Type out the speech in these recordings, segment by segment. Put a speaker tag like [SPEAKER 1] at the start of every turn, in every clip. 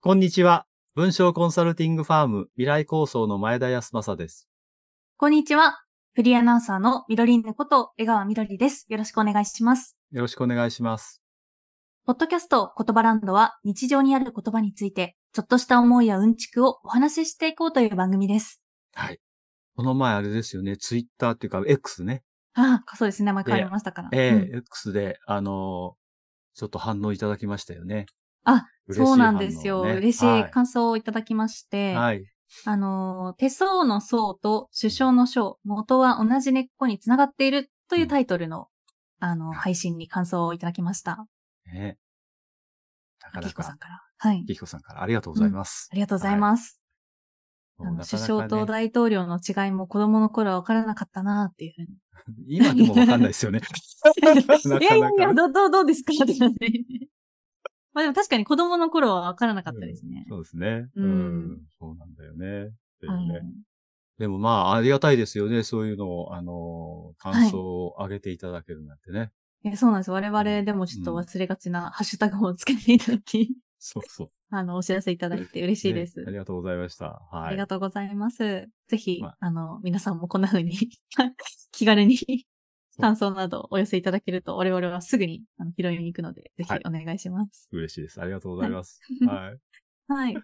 [SPEAKER 1] こんにちは。文章コンサルティングファーム未来構想の前田康政です。
[SPEAKER 2] こんにちは。フリーアナウンサーのみどりんねこと江川みどりです。よろしくお願いします。
[SPEAKER 1] よろしくお願いします。
[SPEAKER 2] ポッドキャスト言葉ランドは日常にある言葉について、ちょっとした思いやうんちくをお話ししていこうという番組です。
[SPEAKER 1] はい。この前あれですよね、ツイッターっていうか X ね。
[SPEAKER 2] ああ、そうですね。名前変わりましたから。
[SPEAKER 1] ええ
[SPEAKER 2] うん
[SPEAKER 1] X で、あのーちょっと反応いただきましたよね。
[SPEAKER 2] あ、
[SPEAKER 1] 嬉しい
[SPEAKER 2] そうなんですよ。
[SPEAKER 1] 反応ね
[SPEAKER 2] 嬉し
[SPEAKER 1] はい
[SPEAKER 2] 感想をいただきまし
[SPEAKER 1] い。
[SPEAKER 2] て、
[SPEAKER 1] はい。
[SPEAKER 2] あのー、手相の相と首相の相、元は同じ根っこにつながっているというタイトルの、あのー、配信に感想をいただきました。
[SPEAKER 1] ねなか
[SPEAKER 2] あ
[SPEAKER 1] な
[SPEAKER 2] きこさ
[SPEAKER 1] か
[SPEAKER 2] ん、から。はい。
[SPEAKER 1] きひこさんからありがとうございます
[SPEAKER 2] あ。りがとうございます。
[SPEAKER 1] も
[SPEAKER 2] あ
[SPEAKER 1] う
[SPEAKER 2] の
[SPEAKER 1] なかな
[SPEAKER 2] 首
[SPEAKER 1] か
[SPEAKER 2] 相と
[SPEAKER 1] ね、
[SPEAKER 2] 大統領の違いも子供の頃は分からなかったなっていうふうに。
[SPEAKER 1] 今でもわ かんないですよね。 なかなか
[SPEAKER 2] いやいやいや、どうどうどうですか って感じ。まあでも確かに子供の頃は分からなかったですね。
[SPEAKER 1] そうですね。
[SPEAKER 2] うん
[SPEAKER 1] そうなんだよね。っていう
[SPEAKER 2] はい
[SPEAKER 1] ねでもまあ、ありがたいですよね。そういうのを、あのー感想を上げていただけるなんてね。
[SPEAKER 2] いやそうなんです。我々でもちょっと忘れがちなハッシュタグをつけていただき、
[SPEAKER 1] そうそう。
[SPEAKER 2] あの、お知らせいただいて嬉しいです。
[SPEAKER 1] ねありがとうございました。
[SPEAKER 2] あ
[SPEAKER 1] は
[SPEAKER 2] り
[SPEAKER 1] い
[SPEAKER 2] が。とうございます。ぜひ、
[SPEAKER 1] まあ
[SPEAKER 2] あの、皆さんもこんな風に 気軽に感想などお寄せいただけると、我々はすぐにあの拾いに行くので、ぜひ
[SPEAKER 1] はい
[SPEAKER 2] お願いします。
[SPEAKER 1] 嬉しいです。ありがとうございます。はい。
[SPEAKER 2] はい。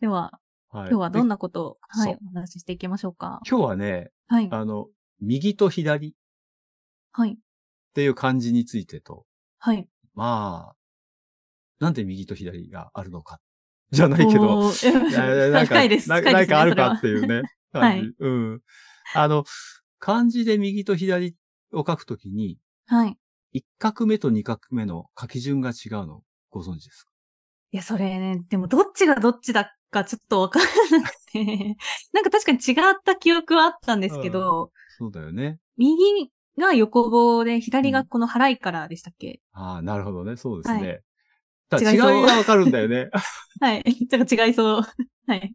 [SPEAKER 2] では、
[SPEAKER 1] はい、
[SPEAKER 2] 今日はどん
[SPEAKER 1] な
[SPEAKER 2] なことを、は
[SPEAKER 1] そう
[SPEAKER 2] い、お話ししていきましょうか。
[SPEAKER 1] 今日はね、
[SPEAKER 2] はい。
[SPEAKER 1] あの、右と左っ
[SPEAKER 2] はい。
[SPEAKER 1] ていう漢字についてと、
[SPEAKER 2] はい。
[SPEAKER 1] まあ、なんで右と左があるのか、じゃないけど、
[SPEAKER 2] お ー。
[SPEAKER 1] いやい やなんか、
[SPEAKER 2] 深いです。
[SPEAKER 1] な
[SPEAKER 2] 深い
[SPEAKER 1] な
[SPEAKER 2] で
[SPEAKER 1] ん
[SPEAKER 2] すね
[SPEAKER 1] かあるかっ
[SPEAKER 2] それ
[SPEAKER 1] て
[SPEAKER 2] は
[SPEAKER 1] いうね。
[SPEAKER 2] は
[SPEAKER 1] 感
[SPEAKER 2] い
[SPEAKER 1] じうん。あの、漢字で右と左を書くときに、
[SPEAKER 2] はい。
[SPEAKER 1] 一画目と二画目の書き順が違うのご存知ですか
[SPEAKER 2] いや、それね、でもどっちがどっちだかちょっとわからなく て、なんか確かに違った記憶はあったんですけど、
[SPEAKER 1] そうだよね。
[SPEAKER 2] 右が横棒で、左がこの払いからでしたっけ、
[SPEAKER 1] ああ、なるほどね。そうですね。
[SPEAKER 2] い
[SPEAKER 1] ただ
[SPEAKER 2] 違いそう
[SPEAKER 1] 違いがわかるんだよね。
[SPEAKER 2] はい。ちょっと違いそう。はい。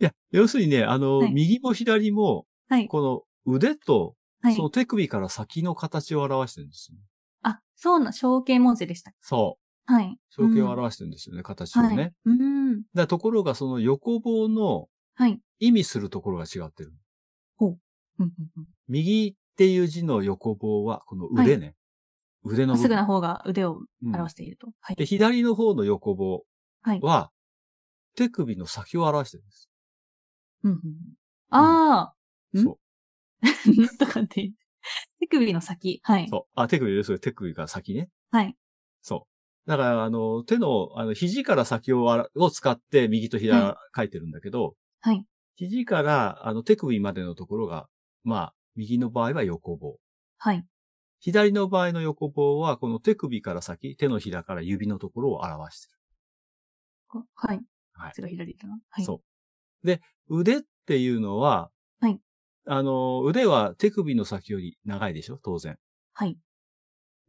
[SPEAKER 1] いや、要するにね、あの、
[SPEAKER 2] はい
[SPEAKER 1] 右も左も、
[SPEAKER 2] はい。
[SPEAKER 1] この腕と、
[SPEAKER 2] はい
[SPEAKER 1] そ。の手首から先の形を表してるんですよ、ね。
[SPEAKER 2] あ、そうな、象形文字でしたっ
[SPEAKER 1] そ
[SPEAKER 2] けはい。
[SPEAKER 1] う。象形を
[SPEAKER 2] うん
[SPEAKER 1] 表してるんですよね、形をね。
[SPEAKER 2] はい。うん。
[SPEAKER 1] だからところが、その横棒の
[SPEAKER 2] はい。
[SPEAKER 1] 意味するところが違ってる。
[SPEAKER 2] うんうんうん
[SPEAKER 1] 右っていう字の横棒は、この腕ね。腕の
[SPEAKER 2] まっ
[SPEAKER 1] 部
[SPEAKER 2] すぐな
[SPEAKER 1] 分。
[SPEAKER 2] 方が腕を
[SPEAKER 1] うん
[SPEAKER 2] 表していると。はい
[SPEAKER 1] で、。左の方の横棒
[SPEAKER 2] はい。
[SPEAKER 1] は、手首の先を表してるんです。
[SPEAKER 2] うんうんうんあん
[SPEAKER 1] そ
[SPEAKER 2] あ、 とかって言って。手首の先。は
[SPEAKER 1] う。
[SPEAKER 2] い。
[SPEAKER 1] そう。あ、手首です。それ手首から先ね。
[SPEAKER 2] はい。
[SPEAKER 1] そう。だから、あの、手の、あの、肘から先をあらを使って、右と左
[SPEAKER 2] は
[SPEAKER 1] 書いてるんだけど、
[SPEAKER 2] はい。
[SPEAKER 1] 肘から、あの、手首までのところが、まあ、右の場合は横棒。
[SPEAKER 2] はい。
[SPEAKER 1] 左の場合の横棒は、この手首から先、手のひらから指のところを表してる。
[SPEAKER 2] こは
[SPEAKER 1] は
[SPEAKER 2] い。
[SPEAKER 1] い
[SPEAKER 2] こっちが左だな。はい。
[SPEAKER 1] そう。で、腕っていうのは、
[SPEAKER 2] はい
[SPEAKER 1] あの、腕は手首の先より長いでしょ当然。
[SPEAKER 2] はい。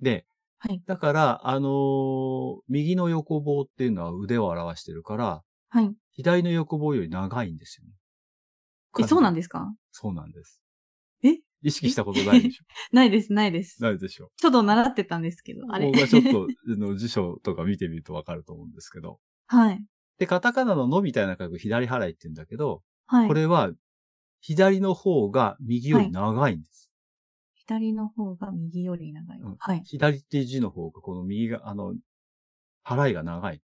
[SPEAKER 1] で、
[SPEAKER 2] はい
[SPEAKER 1] だから、あのー右の横棒っていうのは腕を表してるから、
[SPEAKER 2] はい。
[SPEAKER 1] 左の横棒より長いんですよね。
[SPEAKER 2] え、そうなん
[SPEAKER 1] です
[SPEAKER 2] ですか
[SPEAKER 1] そうなんです。
[SPEAKER 2] え
[SPEAKER 1] 意識したことないでし
[SPEAKER 2] ないです、ないです
[SPEAKER 1] ょ。ないでしょ
[SPEAKER 2] ちょっと習ってたんですけど、あれ。
[SPEAKER 1] 僕はちょっと、あの辞書とか見てみるとわかると思うんですけど。
[SPEAKER 2] はい。
[SPEAKER 1] で、カタカナののみたいな書く左払いって言うんだけど、
[SPEAKER 2] はい。
[SPEAKER 1] これは、左の方が右より長いんです。
[SPEAKER 2] 左の方が右より長い
[SPEAKER 1] うん。
[SPEAKER 2] はい。
[SPEAKER 1] 左っていう字の方が、この右が、あの、払いが長い。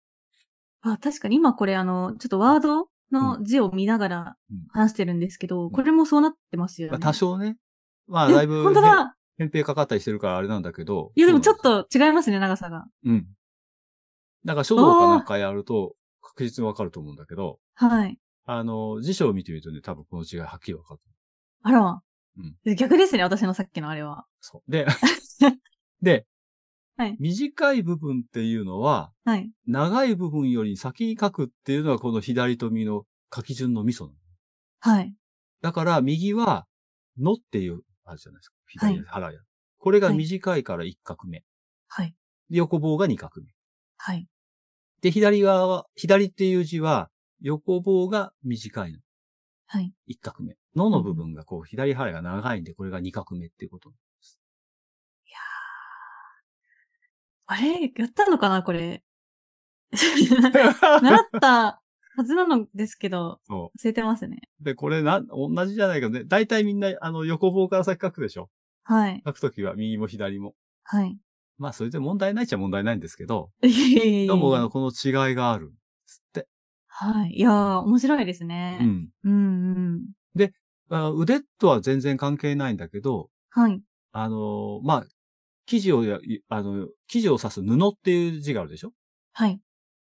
[SPEAKER 2] あ、確かに今これあの、ちょっとワードの字を見ながら
[SPEAKER 1] うん
[SPEAKER 2] 話してるんですけど、
[SPEAKER 1] ん
[SPEAKER 2] これもそうなってますよ
[SPEAKER 1] まあ
[SPEAKER 2] ね。
[SPEAKER 1] 多少ね。まあ、
[SPEAKER 2] え
[SPEAKER 1] だいぶ、
[SPEAKER 2] 本当だ
[SPEAKER 1] 扁平かかったりしてるからあれなんだけど。
[SPEAKER 2] いやでもちょっ
[SPEAKER 1] そうなん
[SPEAKER 2] と違いますね、長さが。
[SPEAKER 1] ですよ。うん。なんか書道かなんかやると、確実にわかると思うんだけど、
[SPEAKER 2] はい。
[SPEAKER 1] あの、辞書を見てみるとね、多分この違いはっきりわかる。
[SPEAKER 2] あら。
[SPEAKER 1] う
[SPEAKER 2] 逆ですね、私のさっきのあれは。
[SPEAKER 1] そう。で、 で、
[SPEAKER 2] はい
[SPEAKER 1] 短い部分っていうのは、
[SPEAKER 2] はい。
[SPEAKER 1] 長い部分より先に書くっていうのはこの左と右の書き順のミソなの。
[SPEAKER 2] はい。
[SPEAKER 1] だから右は、のっていう、あるじゃないですか。左腹や。これが短いから1画目。
[SPEAKER 2] はい。
[SPEAKER 1] で横棒が2画目。
[SPEAKER 2] はい。
[SPEAKER 1] で、左側は、左っていう字は、横棒が短いの。
[SPEAKER 2] はい。
[SPEAKER 1] 1画目。のの部分がこう、左腹が長いんで、これが2画目っていう こと。
[SPEAKER 2] あれやったのかなこれ。 習ったはずなのですけど、
[SPEAKER 1] そ
[SPEAKER 2] 忘れてますね。
[SPEAKER 1] う。で、これな、同じじゃないけどね。だいたいみんな、あの、横棒から先書くでしょ。
[SPEAKER 2] はい。
[SPEAKER 1] 書くときは右も左も。
[SPEAKER 2] はい。
[SPEAKER 1] まあ、それで問題ないっちゃ問題ないんですけど、
[SPEAKER 2] いやいやい
[SPEAKER 1] で
[SPEAKER 2] や
[SPEAKER 1] も、あの、この違いがあるんですって。
[SPEAKER 2] はい。いやー、面白いです
[SPEAKER 1] う
[SPEAKER 2] ね。
[SPEAKER 1] ん。
[SPEAKER 2] うん。うん
[SPEAKER 1] あの腕とは全然関係ないんだけど、
[SPEAKER 2] はい。
[SPEAKER 1] あの、まあ、生地をや、いあの、生地を指す布っていう字があるでしょ
[SPEAKER 2] はい。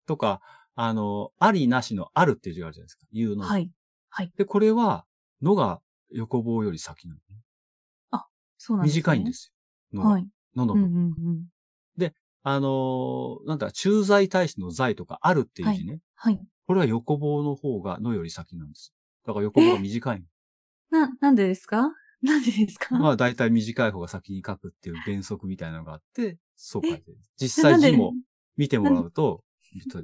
[SPEAKER 1] とか、あの、ありなしのあるっていう字があるじゃないですか。言うの。
[SPEAKER 2] はい。
[SPEAKER 1] で、これは、のが横棒より先なのね、
[SPEAKER 2] そうなんです、ね。。
[SPEAKER 1] 短いんですすよ。のが
[SPEAKER 2] はい。
[SPEAKER 1] のの
[SPEAKER 2] うん
[SPEAKER 1] 部
[SPEAKER 2] う
[SPEAKER 1] 分
[SPEAKER 2] んうん。
[SPEAKER 1] あのーなんだ、駐在大使の在とかあるっていう字ね。
[SPEAKER 2] はい。
[SPEAKER 1] これは横棒の方がのより先なんです。だから横棒が短いの。
[SPEAKER 2] な、なんでですかなんでですか、
[SPEAKER 1] まあ大体短い方が先に書くっていう原則みたいなのがあって、そう書いてる。実
[SPEAKER 2] な
[SPEAKER 1] 際
[SPEAKER 2] んで
[SPEAKER 1] 字も見てもらうと、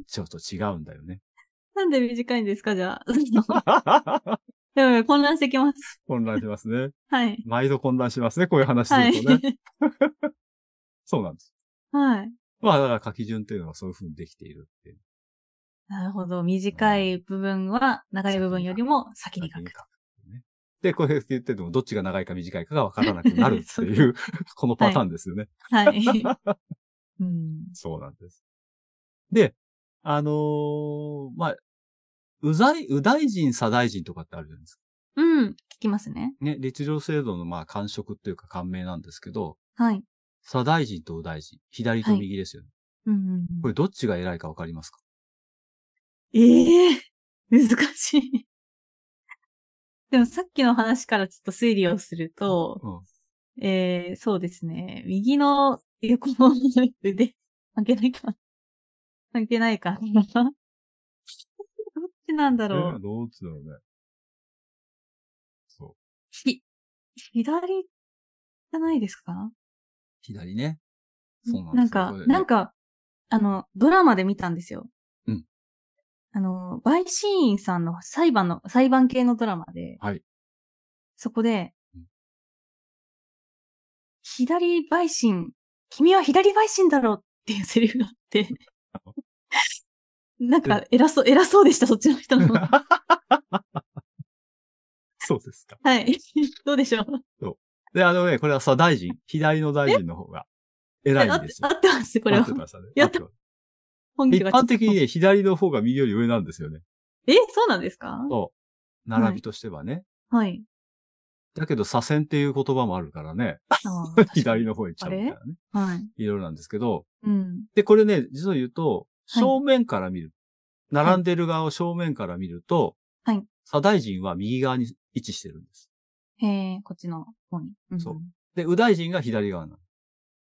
[SPEAKER 1] ちょっと違うんだよね。
[SPEAKER 2] なんで短いんですかじゃあ。 やばい、混乱してきます。
[SPEAKER 1] 混乱しますね。
[SPEAKER 2] はい。
[SPEAKER 1] 毎度混乱しますね。こういう話す
[SPEAKER 2] は
[SPEAKER 1] るとね。
[SPEAKER 2] い。
[SPEAKER 1] そうなんです。
[SPEAKER 2] はい。
[SPEAKER 1] まあだから書き順っていうのはそういう風にできているっていう。
[SPEAKER 2] なるほど。短い部分は長い部分よりも先に書
[SPEAKER 1] 先に
[SPEAKER 2] く
[SPEAKER 1] 書。くっていうね。で、こうやって言ってても、どっちが長いか短いかがわからなくなるって いう、このパターンですよね。
[SPEAKER 2] はい。 うん。
[SPEAKER 1] そうなんです。で、あのーまあ、うざい、う大臣、左大臣とかってあるじゃないですか。
[SPEAKER 2] うん。聞きますね。
[SPEAKER 1] ね、律令制度のまあ、感触っていうか感銘なんですけど、
[SPEAKER 2] はい。
[SPEAKER 1] 左大臣と右大臣、左と右ですよね。
[SPEAKER 2] うんうん
[SPEAKER 1] こ
[SPEAKER 2] うん、
[SPEAKER 1] れどっちが偉いかわかりますか
[SPEAKER 2] ええ難しい。 でもさっきの話からちょっと推理をすると、
[SPEAKER 1] うん。
[SPEAKER 2] ええそうですね。右の横の腕、関係ないか。関係ない か。どっちなんだろう。
[SPEAKER 1] どっちだろうね。そう。
[SPEAKER 2] ひ、左じゃないですか
[SPEAKER 1] 左ね。そうなんです
[SPEAKER 2] なんか、なん
[SPEAKER 1] か、
[SPEAKER 2] か、あの、ドラマで見たんですよ。
[SPEAKER 1] うん
[SPEAKER 2] あの、陪審員さんの裁判の、裁判系のドラマで、
[SPEAKER 1] はい
[SPEAKER 2] そこで
[SPEAKER 1] うん、
[SPEAKER 2] 左陪審、君は左陪審だろうっていうセリフが あって、なんか、偉そう、偉そうでした、そっちの人 の方が。
[SPEAKER 1] そうですか。
[SPEAKER 2] はい。 どうでしょう
[SPEAKER 1] で、あのね、これは左大臣、左の大臣の方が偉いんです
[SPEAKER 2] あ
[SPEAKER 1] よ。
[SPEAKER 2] 合ってます、これ
[SPEAKER 1] 合
[SPEAKER 2] は
[SPEAKER 1] って。ましたね。
[SPEAKER 2] やった
[SPEAKER 1] 合ってま
[SPEAKER 2] 本
[SPEAKER 1] した
[SPEAKER 2] 気
[SPEAKER 1] 一
[SPEAKER 2] がちょ
[SPEAKER 1] 般
[SPEAKER 2] っと
[SPEAKER 1] 的にね、左の方が右より上なんですよね。
[SPEAKER 2] え、そうなんですか
[SPEAKER 1] そう。並びとしてはね。
[SPEAKER 2] はい。
[SPEAKER 1] だけど、左遷っていう言葉もあるからね。
[SPEAKER 2] あー
[SPEAKER 1] 左の方行っちゃうみたいなね。
[SPEAKER 2] はい。
[SPEAKER 1] いろいろなんですけど。
[SPEAKER 2] うん。
[SPEAKER 1] で、これね、実を言うと、
[SPEAKER 2] はい
[SPEAKER 1] 正面から見る。並んでる側を正面から見ると、
[SPEAKER 2] はい
[SPEAKER 1] 左大臣は右側に位置してるんです。
[SPEAKER 2] へえ、こっちの方に。ん
[SPEAKER 1] そう。で、右大臣が左側なの。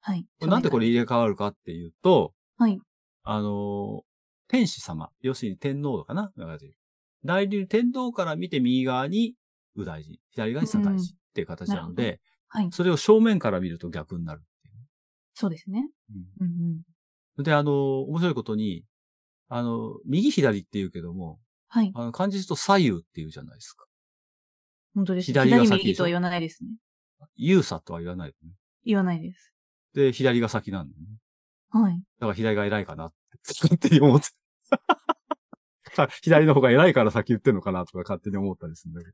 [SPEAKER 2] はい。
[SPEAKER 1] これなんでこれ入れ替わるかっていうと、
[SPEAKER 2] はい。
[SPEAKER 1] あのー天使様、要するに天皇かな流れてる大流天皇から見て右側に右大臣、左側に左大
[SPEAKER 2] うん
[SPEAKER 1] 臣っていう形なの
[SPEAKER 2] な
[SPEAKER 1] で、
[SPEAKER 2] はい。
[SPEAKER 1] それを正面から見ると逆になるっていう
[SPEAKER 2] そうですね。
[SPEAKER 1] ね、
[SPEAKER 2] うんうん。
[SPEAKER 1] うんで、あのー面白いことに、あのー右左って言うけども、
[SPEAKER 2] はい。
[SPEAKER 1] あの、漢字すると左右って言うじゃないですか。
[SPEAKER 2] 本当です。
[SPEAKER 1] 左
[SPEAKER 2] 左
[SPEAKER 1] が先
[SPEAKER 2] 右とは言わないですね。
[SPEAKER 1] 右左とは言わないよね。
[SPEAKER 2] 言わないです。
[SPEAKER 1] で、左が先なんだよね。
[SPEAKER 2] はい。
[SPEAKER 1] だから左が偉いかなって、勝手に思って。 さ左の方が偉いから先言ってんのかなとか勝手に思ったりするんだけど。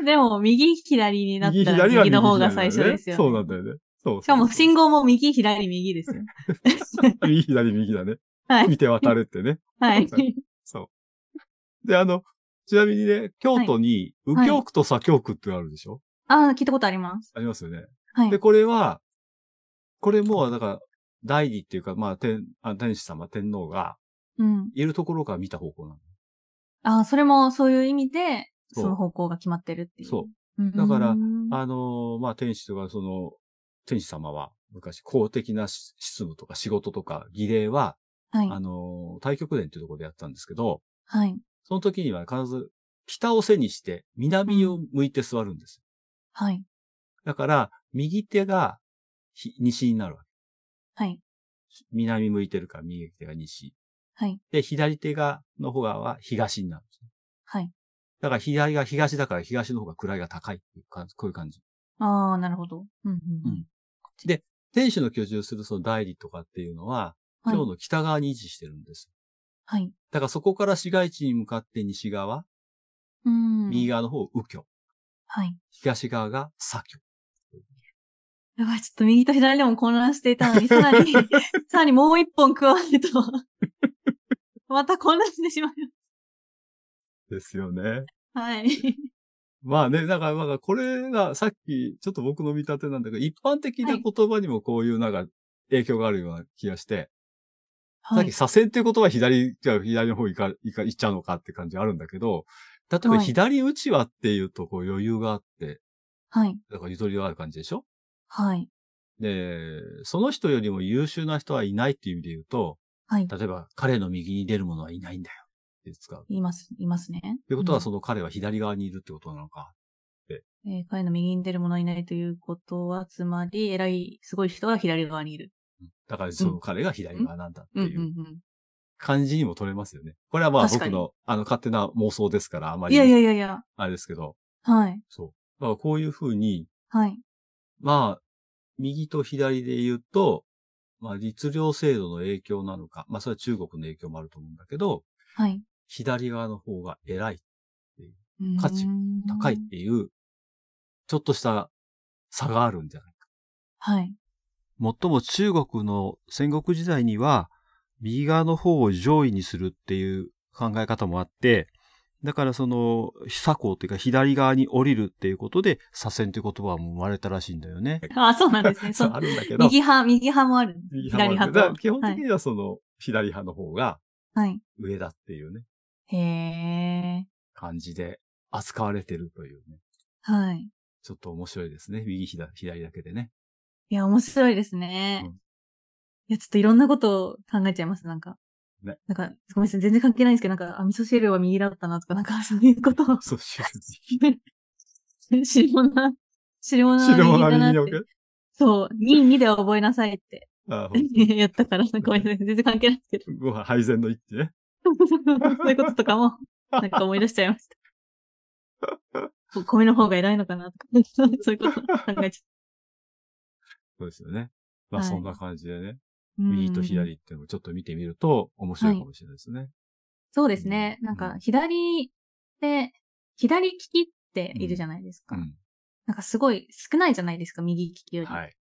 [SPEAKER 2] えー、でも、右左になったら
[SPEAKER 1] 左は
[SPEAKER 2] 右の方
[SPEAKER 1] 左だ
[SPEAKER 2] が
[SPEAKER 1] よね
[SPEAKER 2] 最初ですよ。
[SPEAKER 1] そうなんだよね。そうそうそう。
[SPEAKER 2] しかも、信号も右左右ですよ。
[SPEAKER 1] 右左右だね。
[SPEAKER 2] はい
[SPEAKER 1] 見て渡れってね。
[SPEAKER 2] はい。
[SPEAKER 1] そう。で、あの、ちなみにね、京都に右京区と左京区ってあるでしょ、
[SPEAKER 2] あー、聞いたことあります。
[SPEAKER 1] ありますよね。
[SPEAKER 2] はい
[SPEAKER 1] で、。これは、これも、だから、代理っていうか、まあ、天、あ天使様、天皇が、
[SPEAKER 2] うん。
[SPEAKER 1] いるところから見た方向なの。
[SPEAKER 2] あー、それもそういう意味で、
[SPEAKER 1] そう
[SPEAKER 2] その方向が決まってるっていう。
[SPEAKER 1] そう
[SPEAKER 2] うん。
[SPEAKER 1] だから
[SPEAKER 2] うん
[SPEAKER 1] あのーまあ、天使とか、その、天使様は、昔、公的なし執務とか仕事とか儀礼は、
[SPEAKER 2] はい。
[SPEAKER 1] あのー太極殿っていうところでやったんですけど、
[SPEAKER 2] はい。
[SPEAKER 1] その時には必ず、北を背にして、南を向いて座るんです。
[SPEAKER 2] はい。
[SPEAKER 1] だから、右手がひ、西になるわけ。
[SPEAKER 2] はい。
[SPEAKER 1] 南向いてるから、右手が西。
[SPEAKER 2] はい。
[SPEAKER 1] で、左手が、の方がは東になるんですね。
[SPEAKER 2] はい。
[SPEAKER 1] だから、左が東だから、東の方が位が高いっていうか、こういう感じ。
[SPEAKER 2] あー、なるほど。うんうんう
[SPEAKER 1] うんん。天使の居住するその代理とかっていうのは、
[SPEAKER 2] はい
[SPEAKER 1] 今日の北側に位置してるんです。
[SPEAKER 2] はい。
[SPEAKER 1] だからそこから市街地に向かって西側、
[SPEAKER 2] うん。
[SPEAKER 1] 右側の方、右京、
[SPEAKER 2] はい。
[SPEAKER 1] 東側が左京。
[SPEAKER 2] やばい、ちょっと右と左でも混乱していたのに、さ らに、さらにもう一本加わると、 また混乱してしまう。
[SPEAKER 1] ですよね。
[SPEAKER 2] はい。
[SPEAKER 1] まあね、だから、まあ、これがさっき、ちょっと僕の見立てなんだけど、一般的な
[SPEAKER 2] はい
[SPEAKER 1] 言葉にもこういうなんか影響があるような気がして、
[SPEAKER 2] は
[SPEAKER 1] さっき
[SPEAKER 2] い。
[SPEAKER 1] 左遷っていう言葉は左、じゃあ左の方行か、行か、行っちゃうのかって感じあるんだけど、例えば
[SPEAKER 2] はい
[SPEAKER 1] 左打ちはっていうとこう余裕があって、
[SPEAKER 2] はい。
[SPEAKER 1] だからゆとりがある感じでしょ
[SPEAKER 2] はい。
[SPEAKER 1] で、その人よりも優秀な人はいないっていう意味で言うと、
[SPEAKER 2] はい。
[SPEAKER 1] 例えば彼の右に出る者はいないんだよって使う。っ
[SPEAKER 2] います、いますね。って
[SPEAKER 1] ことはその彼は左側にいるってことなのか。
[SPEAKER 2] えー彼の右に出る者いないということは、つまり、偉い、すごい人が左側にいる。
[SPEAKER 1] だからその彼が左側なんだって
[SPEAKER 2] うんう
[SPEAKER 1] い
[SPEAKER 2] んう。
[SPEAKER 1] うん感じにも取れますよね。これはまあ
[SPEAKER 2] 確か
[SPEAKER 1] 僕
[SPEAKER 2] に
[SPEAKER 1] の、あの、勝手な妄想ですから、あま
[SPEAKER 2] いやいや
[SPEAKER 1] り、
[SPEAKER 2] いやいや、
[SPEAKER 1] あれですけど、
[SPEAKER 2] はい。
[SPEAKER 1] そう。だからこういうふうに、
[SPEAKER 2] はい。
[SPEAKER 1] まあ、右と左で言うと、まあ、律令制度の影響なのか、まあ、それは中国の影響もあると思うんだけど、
[SPEAKER 2] はい。
[SPEAKER 1] 左側の方が偉い、価値高いっ
[SPEAKER 2] うーん
[SPEAKER 1] ていう、ちょっとした差があるんじゃないか。
[SPEAKER 2] はい。
[SPEAKER 1] もっとも中国の戦国時代には、右側の方を上位にするっていう考え方もあって、だからその、左行っていうか左側に降りるっていうことで、左遷という言葉も生まれたらしいんだよね。
[SPEAKER 2] あ、そうなんですね。そ
[SPEAKER 1] そう、
[SPEAKER 2] う。
[SPEAKER 1] あるんだけど、
[SPEAKER 2] 右派、右派もある。
[SPEAKER 1] 右
[SPEAKER 2] 左
[SPEAKER 1] 派もある
[SPEAKER 2] 派と
[SPEAKER 1] だから基本的にはその、左派の方が
[SPEAKER 2] はい。
[SPEAKER 1] 上だっていうね、
[SPEAKER 2] へえ。
[SPEAKER 1] 感じで扱われてるというね。
[SPEAKER 2] はい。
[SPEAKER 1] ちょっと面白いですね。右、左、左だけでね。
[SPEAKER 2] いや、面白いですね。
[SPEAKER 1] うん
[SPEAKER 2] いや、ちょっといろんなことを考えちゃいます、なんか。
[SPEAKER 1] ね。
[SPEAKER 2] なんか、ごめんなさい、全然関係ないんですけど、なんか、あ、味噌汁は右だったなとか、なんか、 そういうことを
[SPEAKER 1] そう、知
[SPEAKER 2] 汁物は、汁物は
[SPEAKER 1] ら
[SPEAKER 2] 右だな
[SPEAKER 1] な
[SPEAKER 2] っ
[SPEAKER 1] い
[SPEAKER 2] て。そう、2、2で覚えなさいって、
[SPEAKER 1] あ、
[SPEAKER 2] やったから、ごめんなさい、全然関係ないんですけど。
[SPEAKER 1] ご飯配膳の一手ね。
[SPEAKER 2] そういうこととかも、なんか思い出しちゃいました。 こ 米の方が偉いのかなとか、 そういうこと考えちゃっ
[SPEAKER 1] そうですよね。まあ
[SPEAKER 2] はい
[SPEAKER 1] そんな感じでね、
[SPEAKER 2] た。
[SPEAKER 1] 右と
[SPEAKER 2] うん
[SPEAKER 1] 左っていうのをちょっと見てみると面白いかもしれないですね。
[SPEAKER 2] そうですね。
[SPEAKER 1] うん
[SPEAKER 2] なん
[SPEAKER 1] う
[SPEAKER 2] か
[SPEAKER 1] ん、
[SPEAKER 2] 左って、左利きっているじゃないですか。なんかすごい少ないじゃないですか、右利きよ
[SPEAKER 1] うん。
[SPEAKER 2] り。
[SPEAKER 1] はい。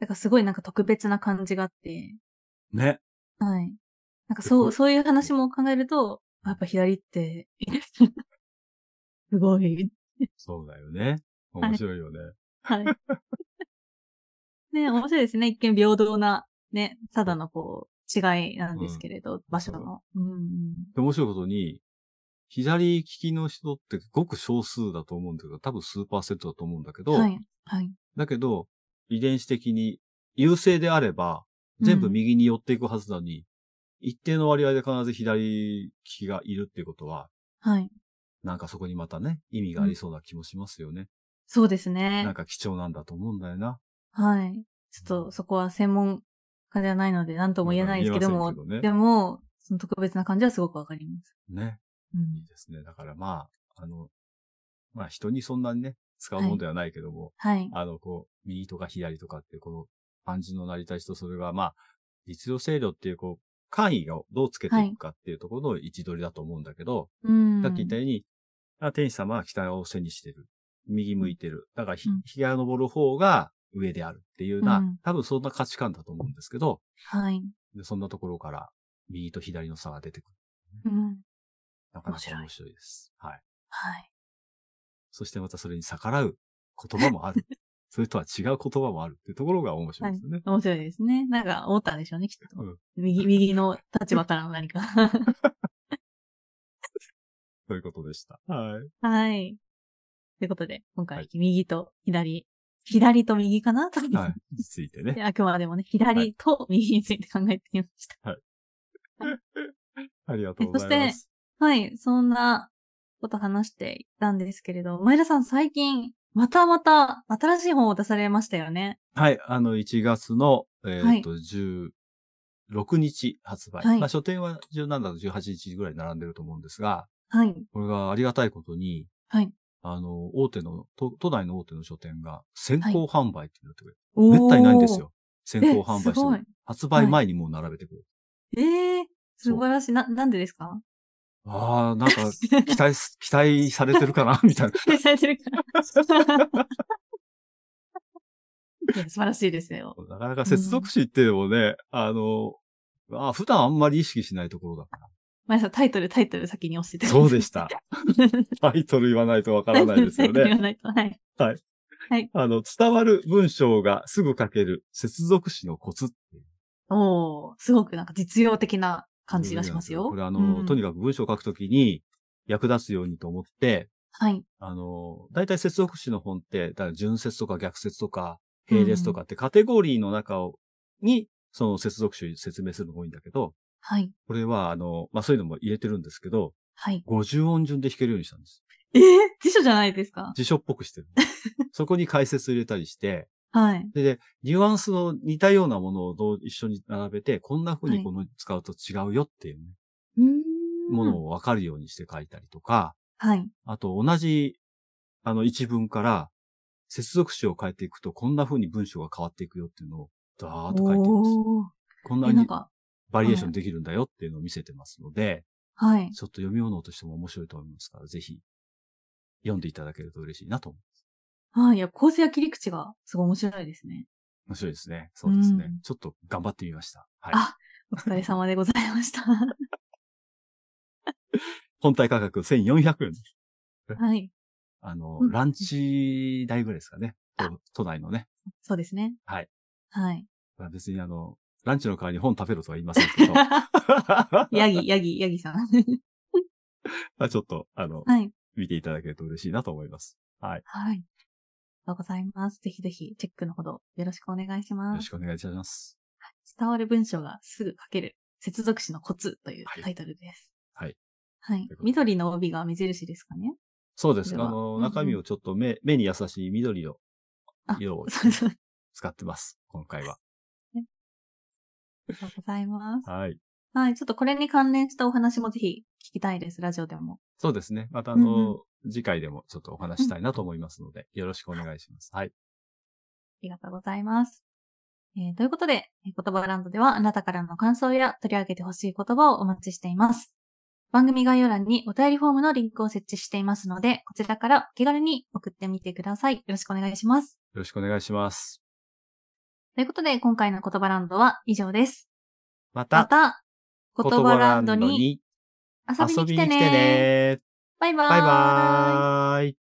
[SPEAKER 2] だからすごいなんか特別な感じがあって。
[SPEAKER 1] ね。
[SPEAKER 2] はい。なん
[SPEAKER 1] こ
[SPEAKER 2] かそうう、そういう話も考えると、やっぱ左って、 すごい。
[SPEAKER 1] そうだよね。
[SPEAKER 2] い
[SPEAKER 1] 面白いよね。
[SPEAKER 2] はい。 ね、面白いですね。一見平等な、ね、ただのこう、違いなんですけれど、場所の。うん。
[SPEAKER 1] で面白いことに、左利きの人ってごく少数だと思うんだけど、多分数パーセントだと思うんだけど、
[SPEAKER 2] はい。はい。
[SPEAKER 1] だけど、遺伝子的に優勢であれば、全部右に寄っていくはずなのに、一定の割合で必ず左利きがいるっていうことは、
[SPEAKER 2] はい。
[SPEAKER 1] なんかそこにまたね、意味がありそうな気もしますよね。
[SPEAKER 2] そうですね。
[SPEAKER 1] なんか貴重なんだと思うんだよな。
[SPEAKER 2] はい。ちょっとそこは専門家ではないので何とも言えないですけど
[SPEAKER 1] 言え
[SPEAKER 2] も、
[SPEAKER 1] ませんけ
[SPEAKER 2] で
[SPEAKER 1] どね。
[SPEAKER 2] も、その特別な感じはすごくわかります。
[SPEAKER 1] ね。
[SPEAKER 2] う
[SPEAKER 1] いい
[SPEAKER 2] ん、
[SPEAKER 1] ですね。だからまあ、あの、まあ人にそんなにね、使うものではないけども、
[SPEAKER 2] はい。
[SPEAKER 1] あの、こう、右とか左とかって、この漢字の成り立ちとそれが、まあ、実用制度っていう、こう、簡易をどうつけていくかっていうところの位置取りだと思うんだけど、
[SPEAKER 2] うん。
[SPEAKER 1] さっき言ったように、あ天使様は北を背にしてる。右向いてる。だからひ、
[SPEAKER 2] うん
[SPEAKER 1] 日が昇る方が上であるっていうような、
[SPEAKER 2] うん
[SPEAKER 1] 多分そんな価値観だと思うんですけど、
[SPEAKER 2] はい。
[SPEAKER 1] でそんなところから右と左の差が出てくる。
[SPEAKER 2] うん。
[SPEAKER 1] なかなか
[SPEAKER 2] 面白い
[SPEAKER 1] 面白いです。はい。
[SPEAKER 2] はい。
[SPEAKER 1] そしてまたそれに逆らう言葉もあ る。それとは違う言葉もあるっていうところが面白いですよね。
[SPEAKER 2] 面白いですね。なんか思ったんでしょうね、きっと。
[SPEAKER 1] うん
[SPEAKER 2] 右、右の立場からの何か。
[SPEAKER 1] ということでした。はい。
[SPEAKER 2] はい。ということで、今
[SPEAKER 1] は
[SPEAKER 2] 回
[SPEAKER 1] い、
[SPEAKER 2] 右と左、左と右かなと。
[SPEAKER 1] はい。についてね。
[SPEAKER 2] であくまでもね、左と右について考えてみました。
[SPEAKER 1] ありがとうございます。
[SPEAKER 2] はい、そんなこと話していたんですけれど、前田さん最近、またまた新しい本を出されましたよね。
[SPEAKER 1] はい。あの、1月の、えっ、と、16日発売。
[SPEAKER 2] はい
[SPEAKER 1] まあ、書店は17だと18日ぐらい並んでると思うんですが、
[SPEAKER 2] はい、
[SPEAKER 1] これがありがたいことに、
[SPEAKER 2] はい。
[SPEAKER 1] あの、大手の、都都内の大手の書店が先行販売っていうのをやってくれる。
[SPEAKER 2] お
[SPEAKER 1] めったにないんですよ。先行販売
[SPEAKER 2] え
[SPEAKER 1] し
[SPEAKER 2] す
[SPEAKER 1] てく
[SPEAKER 2] ご
[SPEAKER 1] れ
[SPEAKER 2] い
[SPEAKER 1] る。発売前にもう並べてくれる。
[SPEAKER 2] ええ素晴らしい。な、なんでです か
[SPEAKER 1] ああ、なんか、期待 す、期待されてるかなみたいな。
[SPEAKER 2] 期待されてるから。いや、素晴らしいですよ。
[SPEAKER 1] なかなか接続詞っていうのもね、あの、あ普段あんまり意識しないところだ から。
[SPEAKER 2] まやさん、タイトル、タイトル先に押してて。
[SPEAKER 1] そうで した。タイトル言わないとわからないですよ
[SPEAKER 2] タイトル言
[SPEAKER 1] ね。
[SPEAKER 2] わないと。はい。
[SPEAKER 1] あの、伝わる文章がすぐ書ける接続詞のコツっていう
[SPEAKER 2] おおすごくなんか実用的な感じがしますよ。
[SPEAKER 1] これあの、
[SPEAKER 2] うん
[SPEAKER 1] とにかく文章を書くときに役立つようにと思って、
[SPEAKER 2] はい。
[SPEAKER 1] あの、大体接続詞の本って、だから順接とか逆接とか、並列とかってカテゴリーの中を、に、その接続詞を説明するのが多いんだけど、
[SPEAKER 2] はい。
[SPEAKER 1] これはあの、まあ、そういうのも入れてるんですけど、
[SPEAKER 2] はい。
[SPEAKER 1] 50音順で弾けるようにしたんです。
[SPEAKER 2] えー、辞書じゃないですか
[SPEAKER 1] 辞書っぽくしてる。そこに解説入れたりして、
[SPEAKER 2] はい。
[SPEAKER 1] で、ニュアンスの似たようなものをどう一緒に並べて、こんな風にこの使うと違うよっていうね、
[SPEAKER 2] うーん
[SPEAKER 1] ものをわかるようにして書いたりとか、
[SPEAKER 2] はい。
[SPEAKER 1] あと同じ、あの一文から、接続詞を変えていくと、こんな風に文章が変わっていくよっていうのを、ダーッと書いてます。
[SPEAKER 2] おー
[SPEAKER 1] こん
[SPEAKER 2] え
[SPEAKER 1] な
[SPEAKER 2] なん
[SPEAKER 1] に
[SPEAKER 2] か、
[SPEAKER 1] バリエーションできるんだよっていうのを見せてますので、
[SPEAKER 2] はい。
[SPEAKER 1] ちょっと読み物としても面白いと思いますから、ぜひ、読んでいただけると嬉しいなと思う。
[SPEAKER 2] はい。いや、構成や切り口がすごい面白いですね。
[SPEAKER 1] 面白いですね。そうですね。
[SPEAKER 2] うん
[SPEAKER 1] ちょっと頑張ってみました。はい。
[SPEAKER 2] あお疲れ様でございました。 は
[SPEAKER 1] 本体価格1400円。
[SPEAKER 2] い。
[SPEAKER 1] あの
[SPEAKER 2] う、ん
[SPEAKER 1] ランチ代ぐらいですかね。
[SPEAKER 2] あ
[SPEAKER 1] 都都内のね。
[SPEAKER 2] そうですね。
[SPEAKER 1] はい。
[SPEAKER 2] はい。
[SPEAKER 1] まあ別にあの、ランチの代わりに本食べろとは言いません けど。
[SPEAKER 2] ヤギ、ヤギ、ヤギさん。
[SPEAKER 1] まあちょっと、あの、
[SPEAKER 2] はい。
[SPEAKER 1] 見ていただけると嬉しいなと思います。はい。
[SPEAKER 2] はい。ありがとうございます。ぜひぜひ、チェックのほどよろしくお願いし
[SPEAKER 1] よ
[SPEAKER 2] ま
[SPEAKER 1] ろ
[SPEAKER 2] す
[SPEAKER 1] し。くお願いいたします。
[SPEAKER 2] 伝わる文章がすぐ書ける接続詞のコツという
[SPEAKER 1] はい
[SPEAKER 2] タイトルです。
[SPEAKER 1] はい。
[SPEAKER 2] はい
[SPEAKER 1] という。ことで
[SPEAKER 2] 緑の帯が目印ですかね
[SPEAKER 1] そうです。あ
[SPEAKER 2] では
[SPEAKER 1] の、
[SPEAKER 2] うんうん
[SPEAKER 1] 中身をちょっと目、目に優しい緑の
[SPEAKER 2] あ
[SPEAKER 1] 色を
[SPEAKER 2] そうそう。あ
[SPEAKER 1] 使ってます。今回は。
[SPEAKER 2] りがとうございます。
[SPEAKER 1] はい。
[SPEAKER 2] はい。ちょっとこれに関連したお話もぜひ聞きたいです。ラジオでも。
[SPEAKER 1] そうですね。またあの、
[SPEAKER 2] うん
[SPEAKER 1] 次回でもちょっとお話したいなと思いますので、よろしくお願いします。はい。
[SPEAKER 2] ありがとうございます。えーということで、えー言葉ランドではあなたからの感想や取り上げてほしい言葉をお待ちしています。番組概要欄にお便りフォームのリンクを設置していますので、こちらからお気軽に送ってみてください。よろしくお願いします。
[SPEAKER 1] よろしくお願いします。
[SPEAKER 2] ということで、今回の言葉ランドは以上です。
[SPEAKER 1] ま
[SPEAKER 2] ま
[SPEAKER 1] た、
[SPEAKER 2] た、言葉ランド
[SPEAKER 1] 言
[SPEAKER 2] に
[SPEAKER 1] 葉ランドに
[SPEAKER 2] 遊び
[SPEAKER 1] 遊
[SPEAKER 2] に
[SPEAKER 1] び
[SPEAKER 2] 来
[SPEAKER 1] に来
[SPEAKER 2] て
[SPEAKER 1] て
[SPEAKER 2] ね。
[SPEAKER 1] ね。
[SPEAKER 2] バイバーイ。
[SPEAKER 1] バイバーイ。